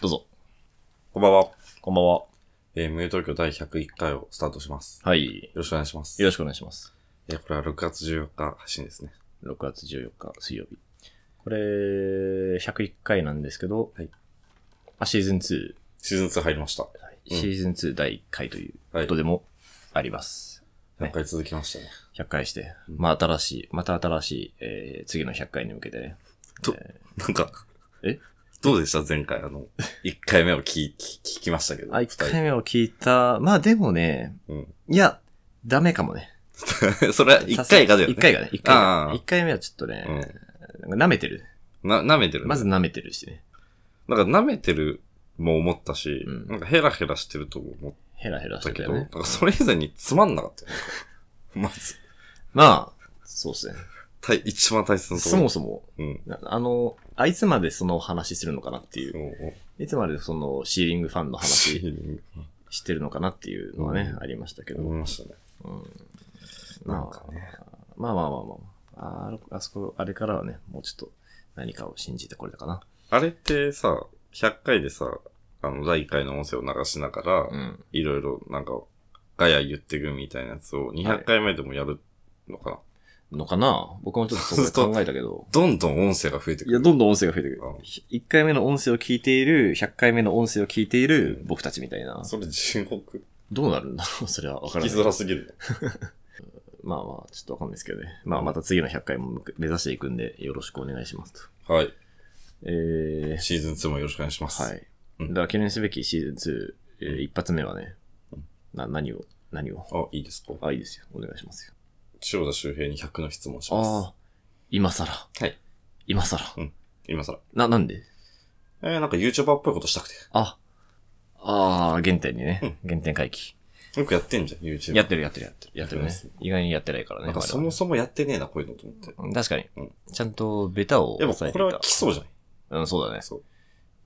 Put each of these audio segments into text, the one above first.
どうぞ。こんばんは。こんばんは。えー、無料東京第101回をスタートします。よはい。ろしくお願いします。よろしくお願いします。えー、これは6月14日発信ですね。 6月14日水曜日。これ、101回なんですけど、はいあシーズン2、シーズン2入りました。うんシーズン2第1回というはいことでもあります。 100回続きましたね。 100回して、うんまあ新しい、また新しい、えー、次の100回に向けてね。と なんか、えどうでした前回、あ の、1回目を聞き、聞き聞きましたけど。あ、1回目を聞いた。まあでもね、うんいや、ダメかもね。目。 それは1回がだよね。 1回がね、1回あが。あ一回目はちょっとね、なんか舐めてる。うん。な、舐めてるねまず舐めてるしね。なんか舐めてるも思ったし、うんなんかヘラヘラしてるとも思っヘラヘラしてたたけよど、なんね。かそれ以前につまんなかったよ。 まず、まあ、そうっすね。たい一番大切なとこそろ。もそも、うん。なあの、あいつまでその話するのかなっていう。いつまでそのシーリングファンの話話してるのかなっていうのはね、ありましたけど。思いましたね。うんなんかね。まあまあまあまあまあ。ああそこ、あれからはね、もうちょっと何かを信じてこれたかな。あれってさ、100回でさ、あの、第1回の音声を流しながら、うん。いろいろなんか、ガヤ言ってくみたいなやつを200回目でもやるのかな、のかな僕もちょっとそずっこと考えたけど。どんどん音声が増えて くいる。や、どんどん音声が増えてくるうん。 1回目の音声を聞いている、100回目の音声を聞いている僕たちみたいな。それ地獄。どうなるんだろうそれはわか聞らきない。づらすぎるね。まあまあ、ちょっとわかんないですけどね。まあまた次の100回も目指していくんで、よろしくお願いしますと。はい。えー、シーズン2もよろしくお願いします。は。い。うんだから記念すべきシーズン2、えーうん一発目はねうん、な、何を、何を。あ、いいですかあ、いいですよ。お願いしますよ。千代田周平に100の質問します。ああ、今更。はい。今更。今更。な、なんでえー、なんか YouTuber っぽいことしたくて。あ、ああ、原点にうねん。原点回帰。よくやってんじゃん、YouTube。やってるやってるやってる。やってるやねってます。意外にやってないからね。なんかそ我々もそもやってねえな、こういうのと思って。うん確かにうん。ちゃんとベタをでも抑えてこれいはた基。礎じゃん。うん、そうだね。そう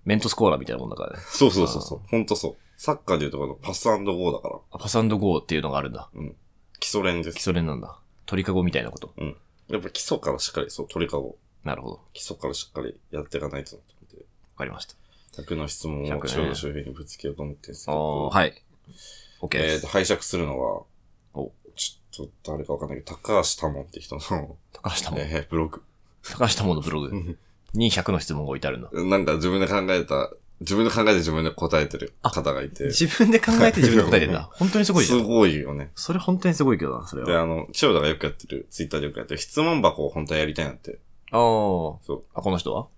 メントスコーラみたいなもんだからね。そうそうそうそう。ほんとそう。サッカーでいうとこのパスゴーだから。パサンドゴーっていうのがあるんだ。基礎練で基す。礎練なんだ。鳥かごみたいなこと。やっぱ基礎からしっかり、そう、鳥かご。なるほど。わ基礎からしっかりやっていかないとなと思って。かりました。 100の質問を100ね千代田周平にぶつけようと思ってるんですけああ、ど。はい。OK えでーすと、。拝借するのは、おちょっと誰かわかんないけど、高橋多門って人の、高橋えも、ーブログ。 高橋ものブログに100の質問が置いてあるんだ。なんか自分で考えた、自分で考えて自分で答えてる方がいて。自分で考えて自分で答えてん だ。本当にすごいじゃすん。ごいよね。それ本当にすごいけどな、それで、は。ああの、千代田がよくやってる、ツイッターでよくやってる、質問箱を本当はやりたいなって。あー。そう。あ、この人は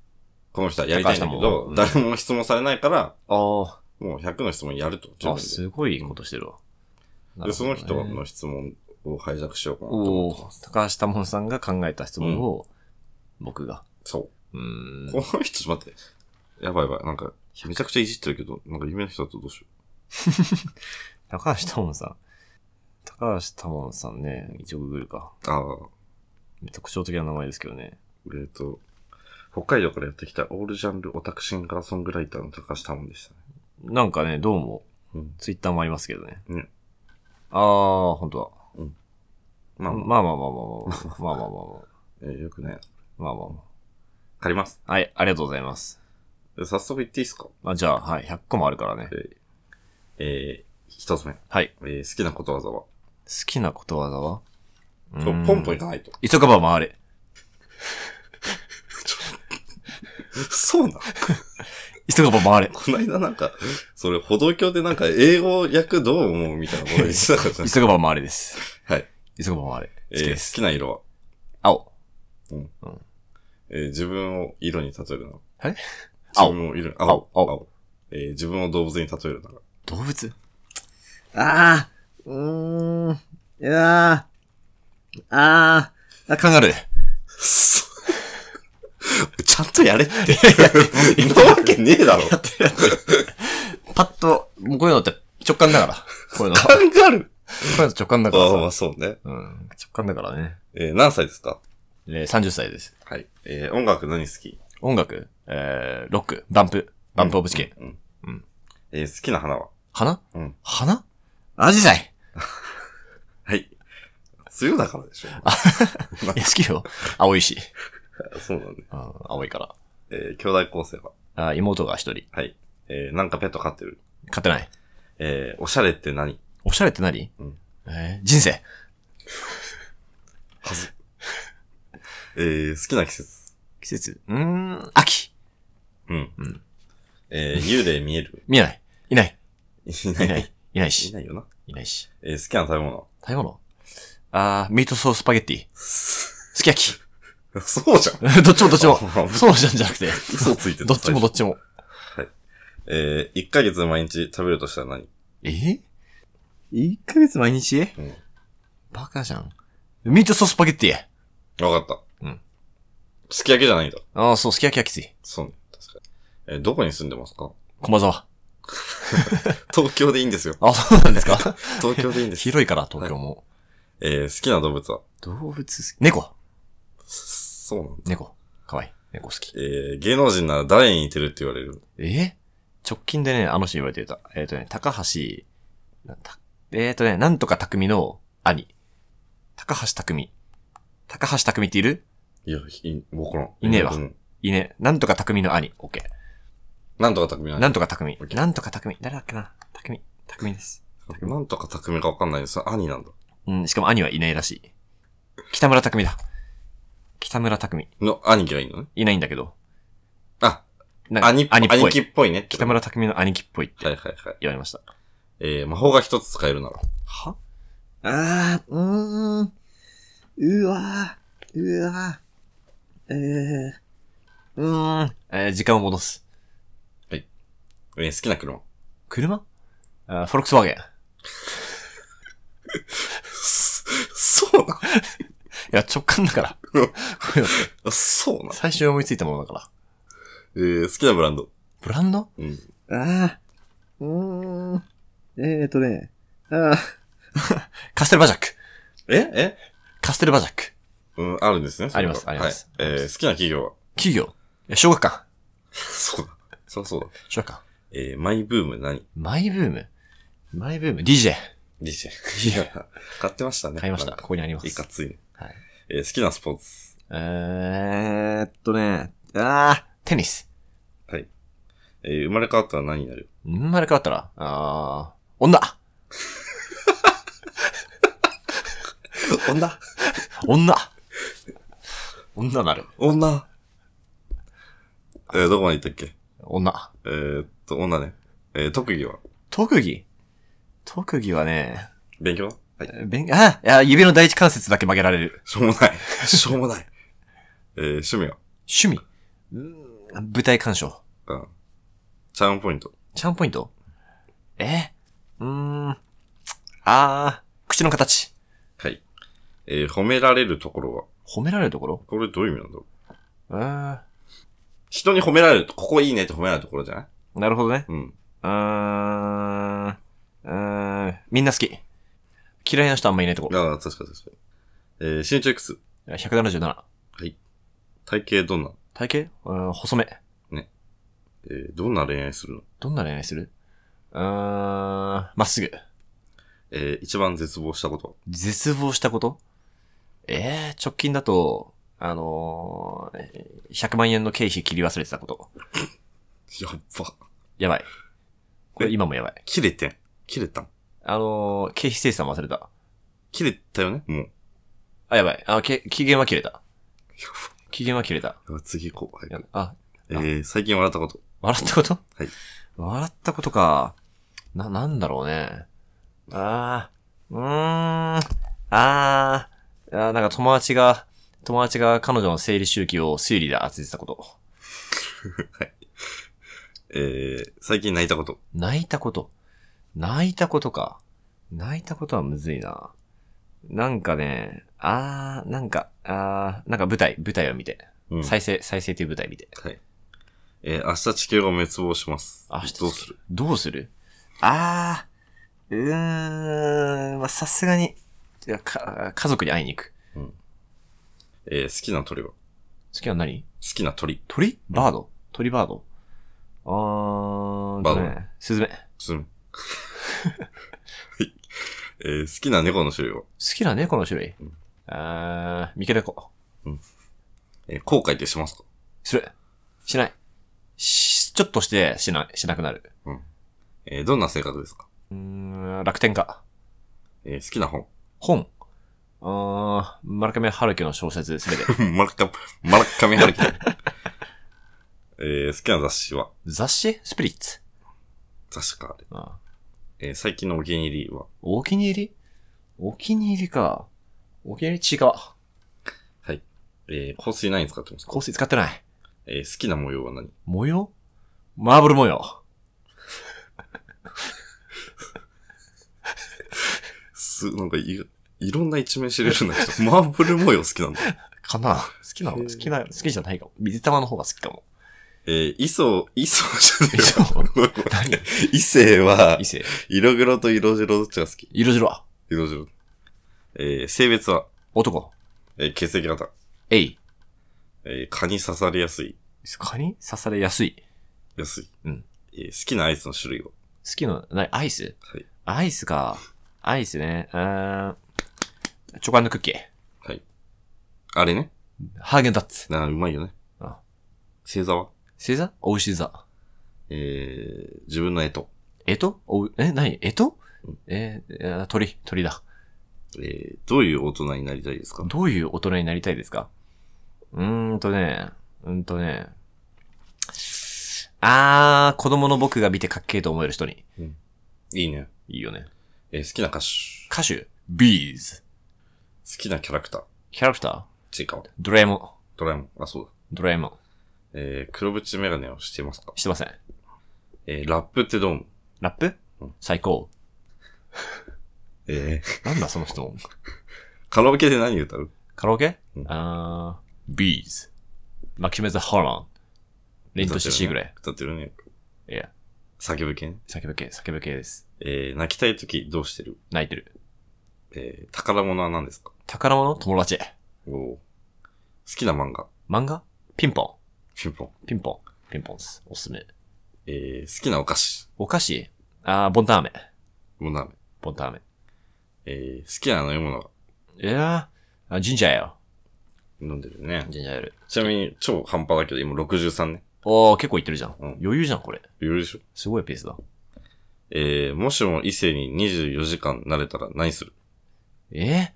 この人はやりたいんだけど、高橋さ誰も質問されないから、あもう100の質問やると、自あ。分あ、ですごいことしてるわ。なで、るほそどねの人の質問を拝借しようかなとお思おってます。高橋もさんが考えた質問を、僕が。そうーんう。。この人、ちょっと待って。やばいやばい。なんか、めちゃくちゃいじってるけど、なんか夢の人だとどうしよ高橋多門さん。高橋多門さんね、一応ググるか。う。ああ、特徴的な名前ですけどね。えっ、と、北海道からやってきたオールジャンルオタクシンガーソングライターの高橋多門でしたね。なんかね、どうも、うん。ツイッターもありますけどね。ねああ、本当まだ。あ、まあまあまあまあまあまあまあまあまあえーよくね。まあまあま借ります。あ。はい、ありがとうございます。で早速言っていいですかまあじゃあ、はい、100個もあるからねえ。ーえー一つ目。はい。えー好きなことわざは好きなことわざはうポーんンポンいかないと。 急がば回れ。そうなの急がば回れ。この間なんか、それ歩道橋でなんか英語訳どう思うみたいなこと言ってたから急がば回れです。はい。急がば回れ。え好きーです。好きな色は、青。えー自分を色に例えるなら。え自分を色に、青。青。青えー自分を動物に例えるなら。動物ああ、うーん、いやーあーあ、カンガルー。 ちゃんとやれって。 いたわけねえだろ。パッと、もうこういうのって直感だから。こういうの。こカンガルういうの直感だーかああ、まらあさ。そうね。うん、直感だからね。えー何歳ですかえー30歳です。はい。えー音楽何好き音楽、えー、ロック、バンプ、バンプオブチキン。うん。ううんん。えー好きな花は花うん。花アジサイ。はい。梅雨だからでしょ。いや、好きよ。青いし。そうなんだね。うん、青いから。えー兄弟構成はあ妹が一人。はい。えー、なんかペット飼ってる。勝てない。えー、おしゃれって何おしゃれって何、うんえー人生。えー、好きな季節。季節。うーん、秋。うん。うんえー、幽霊見える見えない。いない。いいな。ない い。いないいし。ないよな。いないし。えー、好きな食べ物。 食べ物あー、ミートソースパゲッティ。すき焼 き。そうじゃん。どっちもどっ ちも。そ嘘うじゃんじゃなくて。 ついてた。どっちもどっちも。えー、1ヶ月毎日食べるとしたら何えー、?1 ヶ月毎日うん。バカじゃん。ミートソースパゲッティ。わかった。うん。すき焼きじゃないんだ。あー、そう、すき焼きはきつい。そうね、確かに。えー、どこに住んでますか駒沢。東京でいいんですよ。あ、そうなんです か東京でいいんです。広いから、東京も。えー、好きな動物は動物好き。猫。そうなんだ。猫。かわいい。猫好き。えー、芸能人なら誰に似てるって言われるえ直近でね、あの人に言われてた。えっ、とね、高橋、なんたえっ、とね、なんとか匠の兄。高橋匠。高橋匠っているいや、い、僕らん。いねえわうんいいね。なんとか匠の兄。オッケなんとか匠ー。ななんんとか匠。 OK なんとか匠。誰だっけな匠。匠です。なんとか匠かわかんないです。兄なんだ。うん、しかも兄はいないらしい。北村匠だ。北村匠。の、兄貴がいいのね。いないんだけど。あ、なんか兄っぽい。兄っぽ兄貴い。っぽいね。北村匠の兄貴っぽいってはいはいはい。言われました。えー、魔法が一つ使えるなら。はああ、うーん。うわーうわーえー、うーん。えー時間を戻す。えー、好きな車。 車あーフォルクスワーゲン。 そうないや、直感だから。こういうのってんそうなん最初に思いついたものだから。えー、好きなブランド。ブランドうん。ああ、うーん。えーとね、あ カステルバジャック。ええカステルバジャック。うん、あるんですね。それはありますありますはい、えー、好きな企業は 企業。いや小学館。そうだ。そうそうだ。小学館。えー、マイブーム何マイブーム。マイブーム。DJ。 ?DJ。いや、買ってましたね。買いました。なんこかこにあります。いかついね。はい。えー、好きなスポーツ。えーっとね。あー、テニス。はい。えー、生まれ変わったら何になる生まれ変わったら、あー、女。女女。女なる。女えー、どこまで行ったっけ女。えー、っと、女ね。えー、特技は特技特技はね、勉強はい。勉あ、いや、指の第一関節だけ曲げられる。しょうもない。しょうもない。えー、趣味は趣味舞台鑑賞。うん。チャームポイント。チャームポイントえうーん。あー、口の形。はい。えー、褒められるところは褒められるところこれどういう意味なんだろううーん。人に褒められる、ここいいねって褒められるところじゃないなるほどね。うん。うーん。うーん。みんな好き。嫌いな人あんまいないとこ。ああ、確かに確かに。えー、身長いくつ177。体型どんな体型うーん、細め。えー、どんな恋愛するのどんな恋愛するうーん、まっすぐ。えー、一番絶望したこと絶望したことえー、直近だと、あのー、100万円の経費切り忘れてたこと。やっば。やばい。これ今もやばい。切れてん。切れたん。あのー、経費精算忘れた。切れたよねもう。あ、やばい。あ、け、期限は切れた。期限は切れた。やば次行こう。や早く。あ、えー、最近笑ったこと。笑ったことはい。笑ったことか。な、なんだろうね。あー、うーん、あー、あーなんか友達が、友達が彼女の生理周期を推理で当ててたこと。えー、最近泣いたこと。泣いたこと。泣いたことか。泣いたことはむずいな。なんかね、あー、なんか、あー、なんか舞台、舞台を見て。うん再生、再生という舞台見て。はい。えー、明日地球が滅亡します。明日どうするどうするあー、うーん、まあ、さすがに、いやか、家族に会いに行く。えー、好きな鳥は好好きなの何きな鳥。鳥バード鳥バードあー、バードとねスズメ。好すん。はい。えー、好きな猫の種類はきな猫の種類うん。あー、三毛猫。えー、後悔ってしますかする。しない。し、ちょっとしてしな、しなくなる。えーどんな性格ですかうーん、楽天家。えー好きな本。 本。あー、村上春樹の小説すべ て。マラカ、マラカミハルキ。 えー好きな雑誌は雑誌スピリッツ。雑誌かあれ。あえー最近のお気に入りはお気に入りお気に入りか。お気に入り違う。はい。えー香水何使ってますか香水使ってない。えー好きな模様は何模様マーブル模様。す、なんかい、いろんな一面知れるんだけ ど、マーブル模様好きなんだ。かな好きなのへ好ーきな、好きじゃないかも。水玉の方が好きかも。えー、イソ、イソじ以上。 ゃねえ何異性は異、性。色黒と色白どっちが好き色白。色白。えー性別は、男。えー血液型。えい。えー蚊に刺されやすい。蚊に刺されやすい。安い。うん。えー好きなアイスの種類は好きな、な、アイスはい。アイスか。アイスね。うーん。チョコクッキー。はい。あれね。ハーゲンダッツ。なあ、うまいよね。あ星座は星座おうし座。えー自分の絵と、えとおう、え、何えとうんえーえー鳥、鳥だ。えーどういう大人になりたいですかどういう大人になりたいですかうーんとね、うーんとね。あー、子供の僕が見てかっけえと思える人に。いいね。いいよね。えー好きな歌手。歌手、ビーズ。好きなキャラクター。キャラクター、ちいかわ。ドラえもん。ドラえもん。あ、そうだ。ドラえもん。えー黒縁メガネをしていますかしてません。えーラップってどう思うラップうん最高。えーなんだその質 問。カラオケで何歌うカラオケうんあー、ビーズ。マキシメズ・ハーマン。レインとしてシーグレ歌ってるね。イ。いや、叫ぶ系ね。叫ぶ系、叫ぶ系です。えー泣きたいときどうしてる泣いてる。えー宝物は何ですか宝物友達。おー好きな漫画。漫画ピンポピンポン。ン。ピンポン。ピンポンです。おすすめ。えー好きなお菓子。お菓子あー、ボンターメ。もなめ。ボンターメ。えー好きな飲み物はンいやー、あジンジャーエー飲んでるねル。。ジンジャーエール。ちなみに超半端だけど今63ね。おー、結構いってるじゃん。うん余裕じゃん、これ。いるでしょすごいペースだ。えーもしも異性に24時間なれたら何するえ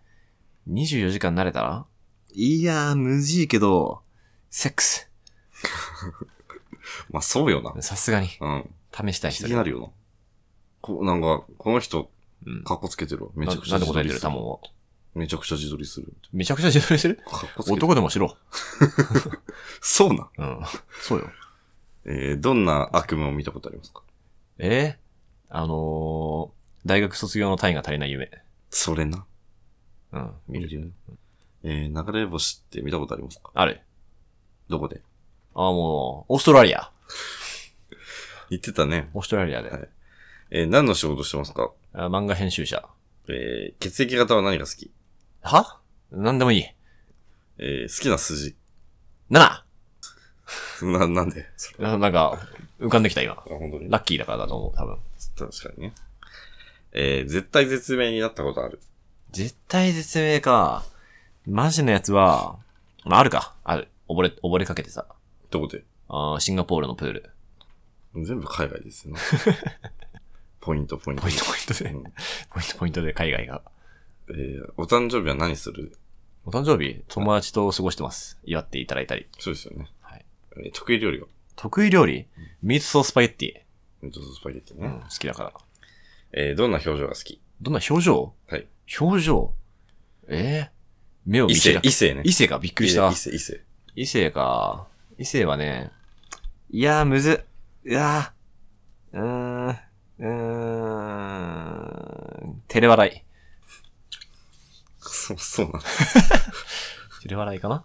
ー、?24 時間慣れたらいやー、むずいけど、セックス。まあ、そうよな。さすがに。うん。試したい気人になるよな。こなんか、この人、うん。カッコつけてるわ。めなちんゃでくちなゃんで自答撮えりてるす多る。分を。めちゃくちゃ自撮りする。めちゃくちゃ自撮りするカッコつけてる。男でもしろ。そうなん。うん。そうよ。えーどんな悪夢を見たことありますかえー、あのー、大学卒業の単位が足りない夢。それな。うん。見る。るよ。えー流れ星って見たことありますかある。どこでああ、もう、オーストラリア。言ってたね。オーストラリアで。はいえー何の仕事してますかあ漫画編集者。えー血液型は何が好きはなんでもいい。えー好きな筋。 7! な、なんでそれななんか、浮かんできた今。あ本当に。ラッキーだからだと思う、多分。確かにね。えー絶対絶命になったことある。絶対絶命か。マジのやつは、まあ、あるか。ある。溺れ、溺れかけてさ。どこであーシンガポールのプール。全部海外で すよね。ポイント、ポイント。ポイントポイントで。うんポイントポイントで海外が。えーお誕生日は何するお誕生日、友達と過ごしてます。祝っていただいたり。そうですよね。はいえー得意料理は得意料理ミートソースパゲッテミートソースパゲッティィ。うね。ん、好きだから。えーどんな表情が好きどんな表情はい。表情ええ目を見異せ性、異性ね。異性か、びっくりしえーた異。性、異性。異性か。異性はね、いやー、むずっ。いやー。うーん。うーん。照れ笑い。そう、そうなんだ。照れ笑いかな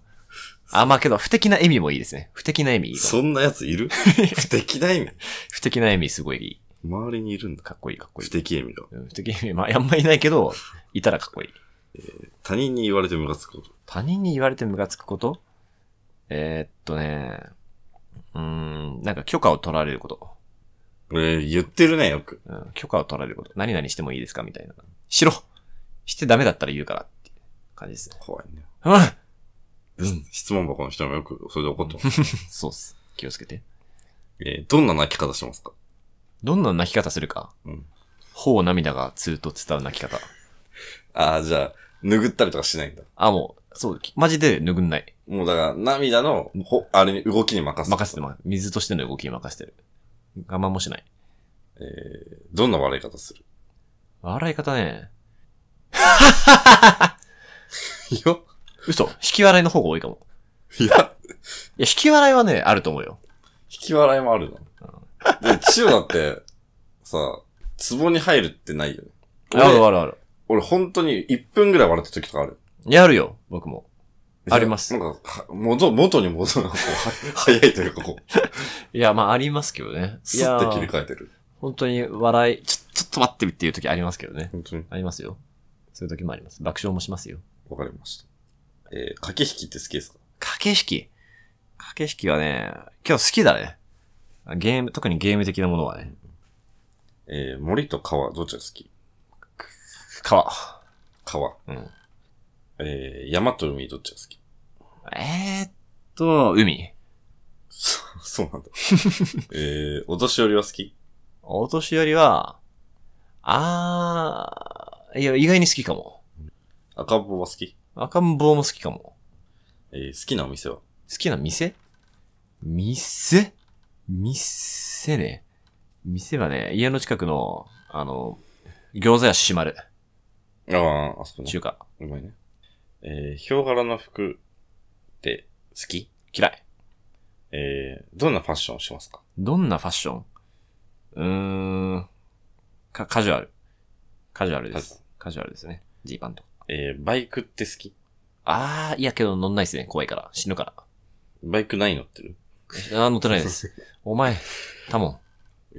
あ、まあけど、不敵な笑みもいいですね。不敵な笑みいいかも そんなやつい る不敵な意味。不敵な笑みすごいいい。周りにいるんだ。かっこいい、かっこいい不。敵意味が。うん不敵な笑み、まあ、あんまいないけど、いたらかっこいい。他人に言われてムカつくこと。他人に言われてムカつくことえー、っとね、うーん、なんか許可を取られること。えー言ってるね、よく。うん、許可を取られること。何々してもいいですかみたいな。しろしてダメだったら言うからって感じですね。怖いね。うん 質問箱の人もよく、それで怒ってます。そうっす。気をつけて。えーどんな泣き方してますかどんな泣き方するか。うん頬涙がツーと伝う泣き方。ああ、じゃあ、拭ったりとかしないんだ。あ、もう、そう、マジで拭んない。もうだから、涙の、ほ、あれに、動きに任せ任せてます。水としての動きに任せてる。我慢もしない。えーどんな笑い方する笑い方ね。いや、嘘。引き笑いの方が多いかも。いや、いや、引き笑いはね、あると思うよ。引き笑いもあるな。で、千代だって、さ、壺に入るってないよね。あるあるある。俺本当に1分ぐらい笑った時とかある。やるよ、僕も。ありますなんか、は戻、元に戻るのがこうは早いというか、こう、いや、まあ、ありますけどね。いスやッーて切り替えてる。本当に笑い、ちょ、ちょっと待ってっていう時ありますけどね。本当に。ありますよ。そういう時もあります。爆笑もしますよ。わかりました。えー、駆け引きって好きですか駆け引き。駆け引きはね、今日好きだね。あゲーム、特にゲーム的なものはね。えー、森と川、どっちが好き川。川。うん。えー、山と海、どっちが好き えーっと、海。そ、そう なんだ。えー、お年寄りは好きお年寄りは、あー、いや、意外に好きかも。赤ん坊は好き赤ん坊も好きかも。えー、好きなお店は好きな店店店ね。店はね、家の近くの、あの、餃子屋閉まる。ああ、あそこね。中華。うまいね。えー、ヒョウ柄の服って好き嫌い。えー、どんなファッションをしますかどんなファッションうーん。か、カジュアル。カジュアルです。カジュアルですね。ジーパンとか。えー、バイクって好きあー、いやけど乗んないですね。怖いから。死ぬから。バイク何乗ってるあー、乗ってないです。お前、タモン。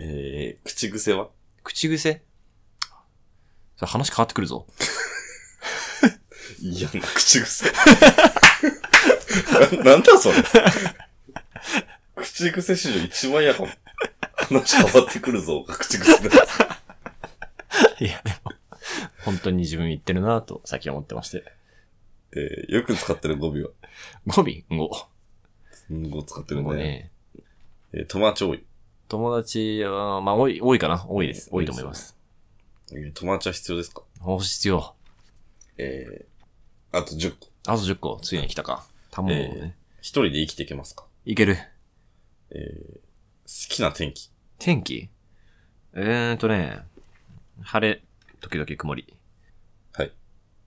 えー、口癖は口癖それ話変わってくるぞ。嫌な口癖。 ななんだそれ。口癖史上一番嫌かも。話変わってくるぞ、口癖だ。いや、でも、本当に自分言ってるなぁと、さっき思ってまして。 えー、よく使ってる語尾は語尾語。うん、語使ってる語ね。ね。えー、友達多い。友達は、まあ、多い、多いかな多いです。多いと思います。えー友達は必要ですか欲し必要。えー、あと10個。あと10個、ついに来たか。たもんね。一人で生きていけますかいける。えー、好きな天気。天気えーとね、晴れ、時々曇り。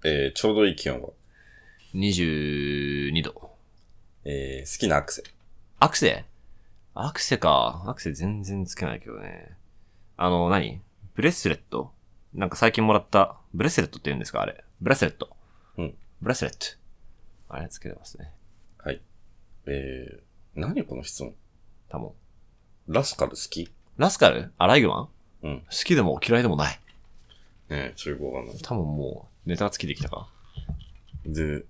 えー、ちょうどいい気温は。 22度。えー、好きなアクセ。アクセアクセか。アクセ全然つけないけどね。あの、何ブレスレットなんか最近もらった、ブレスレットって言うんですかあれ。ブレスレット。うん。ブレスレット。あれつけてますね。はい。えー、何この質問。多分。ラスカル好きラスカルアライグマンうん好きでも嫌いでもない。ねえ、中国語がない。多分もう、ネタつきできたか。で、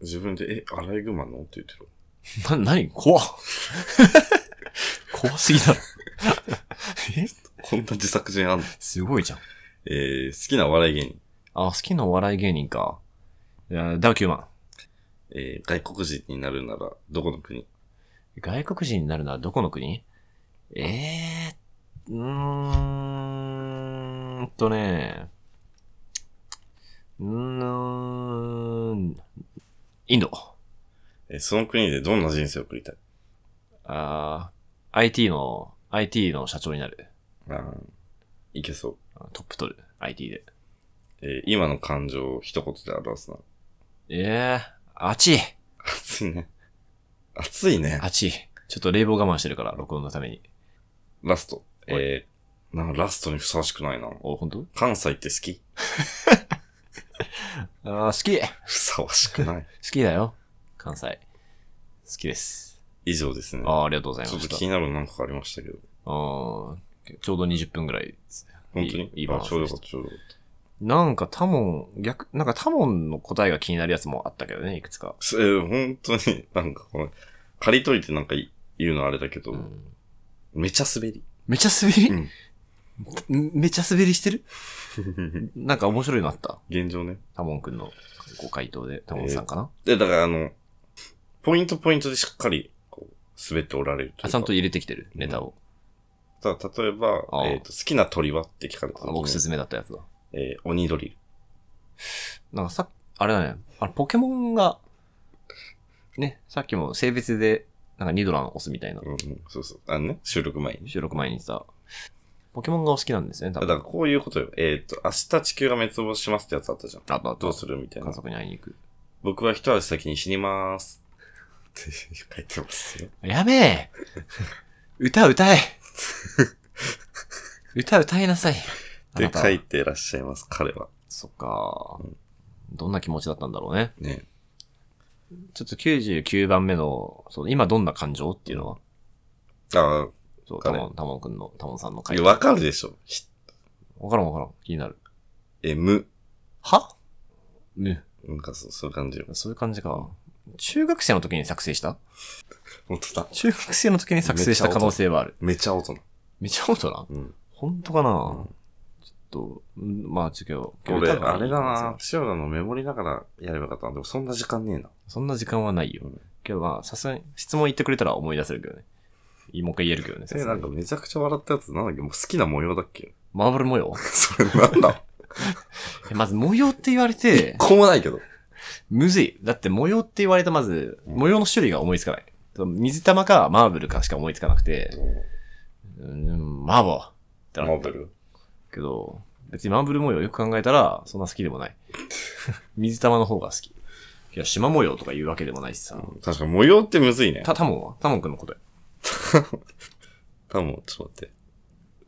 自分で、え、アライグマのって言ってる。な、 なに怖っ怖すぎだろ。えこんな自作人あんのすごいじゃん。えー、好きなお笑い芸人。あ、好きなお笑い芸人か。いやダウキューマン。えー、外国人になるなら、どこの国外国人になるのはどこの国ええー、うーんとね、うーん、インド。えー、その国でどんな人生を送りたいあー IT の、IT の社長になる。あーいけそう。トップ取る。IT で。えー今の感情を一言で表すな。ええー、暑い。暑いね。暑いね。暑い。ちょっと冷房我慢してるから、録音のために。ラスト。えー、なんかラストにふさわしくないな。お、本当？関西って好きあー好き。ふさわしくない。好きだよ。関西。好きです。以上ですね。あーありがとうございまちょっしとた。気になるのなんかありましたけど。あーちょうど20分ぐらいです。本当いにいいいバランあスちょうどでよしかったた、ちょうどよかなんかタモン、逆、なんかタモンの答えが気になるやつもあったけどね、いくつか。った。えー、本当に、なんかこの、借りといてなんかい言うのあれだけど、うんめちゃ滑 り。めちゃ滑り、うん めめちゃ滑りしてるなんか面白いのあった。現状ね。タモンくんのご回答で、タモンさんかな、で、だからあの、ポイントポイントでしっかり、こう、滑っておられるというかあちゃんと入れてきてる、ネタを。ただ、例えばあ、あえっ、と、好きな鳥はって聞かれた時あに僕すすめだったやつだ。えー、鬼ドリル。なんかさ、あれだね、あのポケモンが、ね、さっきも性別で、なんかニドラン押すみたいなうん、うん、そうそう。あのね、収録前に。収録前にさ、ポケモンがお好きなんですね、多だから分。こういうことよ。えっ、と、明日地球が滅亡しますってやつあったじゃん。あとあと、どうするみたい家な。族に会いに行く。僕は一足先に死にまーす。って 書いてますよ。やべえ歌歌 え歌歌いなさいあでなたは書いてらっしゃいます、彼は。そっかうん。どんな気持ちだったんだろうね。ね。ちょっと99番目の、その今どんな感情っていうのは、あそう、た彼もん、たもんくんの、たもんさんのあ、回いやわかるでしょ。ひわからんわからん。気になる。え、む。はむ。なんかそう、そういう感じよ。そういう感じか。中学生の時に作成した本当だ。中学生の時に作成した可能性はある。めちゃ大人。めちゃ大人うん。本当かな、んちょっと、んまあ、ちょっと今日俺、あれだな。。シオラのメモリながらやればよかったなでもそんな時間ねえな。そんな時間はないようん。けどまあ、さすがに、質問言ってくれたら思い出せるけどね。いもう一回言えるけどね。さえ、すながんにかめちゃくちゃ笑ったやつ、なんだっけもう好きな模様だっけマーブル模様 それなんだえまず模様って言われ て、こうもない けど。むずい。だって模様って言われたまず、うん模様の種類が思いつかない。その水玉かマーブルかしか思いつかなくて、うん、マーボーってマなーっベたル。けど、別にマーブル模様よく考えたら、そんな好きでもない。 水玉の方が好き。いや、縞模様とか言うわけでもないしさ。確かに模様ってむずいね。た、タモンはタモンくんの答え。多分、ちょっと待って。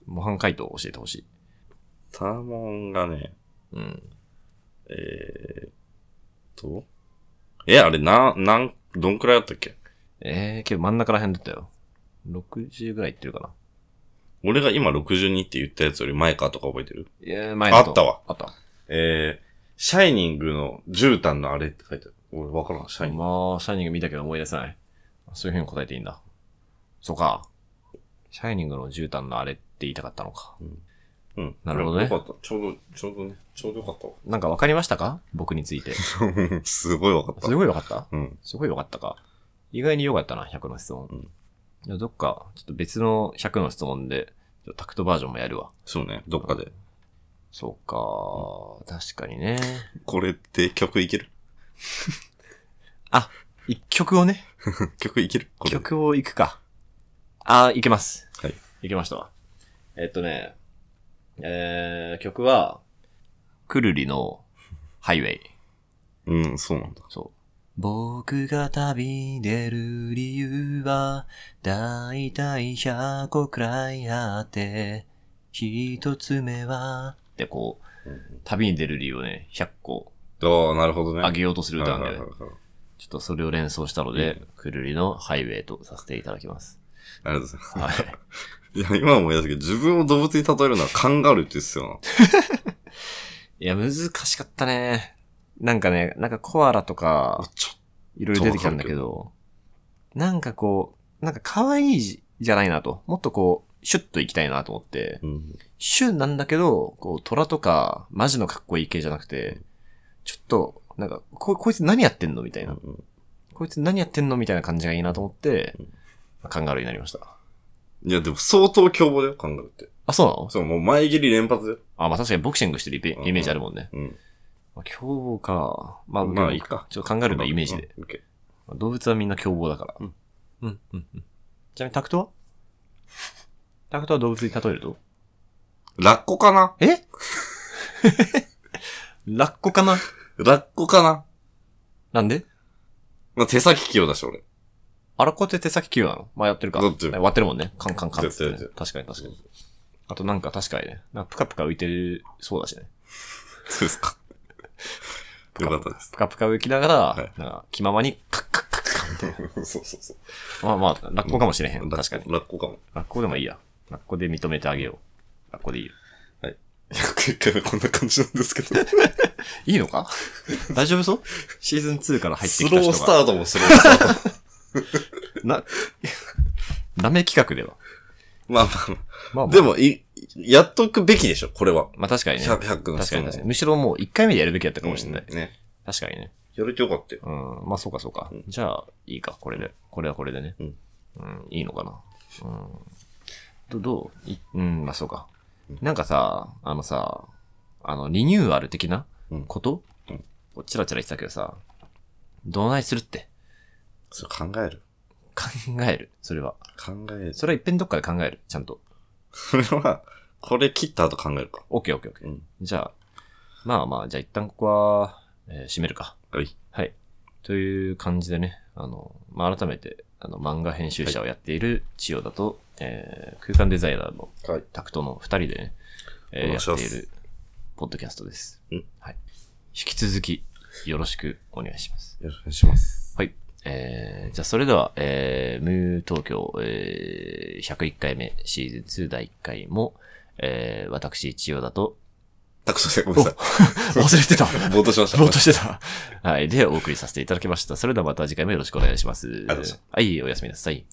模範解答を教えてほしい。ターモンがね、うん。えーっと。え、あれ、な、なん、どんくらいあったっけええー、けど真ん中ら辺だったよ。60ぐらいいってるかな。俺が今62って言ったやつより前かとか覚えてるいやー、前だとあったわ。あった。えー、シャイニングの絨毯のあれって書いてある。俺わからん、シャイニング。まあ、シャイニング見たけど思い出せない。そういう風に答えていいんだ。そうか。シャイニングの絨毯のあれって言いたかったのか。うん。なるほどねよかった。ちょうど、ちょうどね、ちょうどよかったわなんかわかりましたか僕につ いて。す すごいわかった。ごいわかったうん。すごいわかったか。意外に良かったな、100の質問。うんいやどっか、ちょっと別の100の質問で、ちょっとタクトバージョンもやるわ。そうね、どっかで。そうか、確かにね。これって曲いける 一曲をね、曲いけるこれ。曲を行くか。あー、いけます。はい。いけましたわ。えっとね、えー、曲は、くるりの、ハイウェイ。うん、そうなんだ。そう。僕が旅に出る理由は、だいたい100個くらいあって、一つ目は、でこう、うん旅に出る理由をね、100個ああ、なるほどね。あげようとする歌なんだよね。はいはいはいはいちょっとそれを連想したので、くるりのハイウェイとさせていただきます。ありがとうございます。はい。いや、今思い出したけど、自分を動物に例えるのはカンガルーって言ってたよいや、難しかったね。なんかね、なんかコアラとな。か、ちょっいろいろ出てきたんだけど、なんかこう、なんか可愛いじじゃないなと。もっとこう、シュッと行きたいなと思って、と。シュンなんだけど、こう、虎とか、マジのかっこいい系じゃなくて、ちょっと、なんか、こ、こいつ何やってんのみたいな。こいつ何やってんのみたいな感じがいいなと思ってうん、カンガルーになりました。いや、でも相当凶暴だよ、カンガルーって。あ、そうなのそう、もう前蹴り連発だよ。あ、まあ確かにボクシングしてるイペイメージあるもんね。うん。まあ、凶暴か。まあ、まあでもいいかちょっとカンガルーのイメージで。うん。オッケまあ動物はみんな凶暴だから。うん。うん、うん、うん。ちなみにタクトは タクトは動物に例えるとーラッコかな えラッコかなラッコかななんでまあ、手先器用だし、俺。あらこって手先器用なのまあやってるか。だって割ってるもんね。カンカンカンっつって、だってね。確かに確かに。あとなんか確かにね。なんかプカプカ浮いてるそうだしね。そうですか。 よかったです。プカプカ浮きながら、はいなんか気ままにカッカッカッカッみたいな。そうそうそう。まあまあ、ラッコかもしれへん。ラッコ確かに。ラッコかも。ラッコでもいいや。ラッコで認めてあげよう。ラッコでいいよ。 101回目こんな感じなんですけど。いいのか 大丈夫そうシーズン2から入ってスきたロ人ーが。スタートもスロースタート。な、ダメ企画では。 まあまあまあまあ。まあ、でも、い、やっとくべきでしょ、これは。まあ確かにね。 100、確100の質かに問。確かに。むしろもう1回目でやるべきやったかかももししれれな。ないい。ね。確かにね。やれてよかったよ。うん。まあそうかそうか。じゃあ、いいか、これで。これはこれでね。うんうん、いいのかな。うん。ど、どういうん、まあ、そうか。なんかさ、あのさ、あの、リニューアル的なうんこと、うんこうチラチラ言ってたけどさ、どないするってそれ考える。考える。それは。考える。それはいっぺんどっかで考える。ちゃんと。それは、これ切った後考えるか。オッケーオッケーオッケー。うん。じゃあ、まあまあ、じゃあ一旦ここは、えー締めるか。はい。はい。という感じでね、あの、まあ、改めて、あの、漫画編集者をやっている千代田と、えー空間デザイナーのはい。タクトの二人でね、えーお願やいしまっすている、ポッドキャストです。うんはい。引き続き、よろしくお願いします。よろしくお願いします。はい。えー、じゃあそれでは、えー、ムー東京、えー、101回目シーズン2第1回も、えー、私、千代田と、たくさんごめんなさ 忘れて たい。ぼーっとしました。ぼーっとしてた。はい。で、お送りさせていただきました。それではまた次回もよろしくお願いしますがとうございまし。はい、おやすみなさい。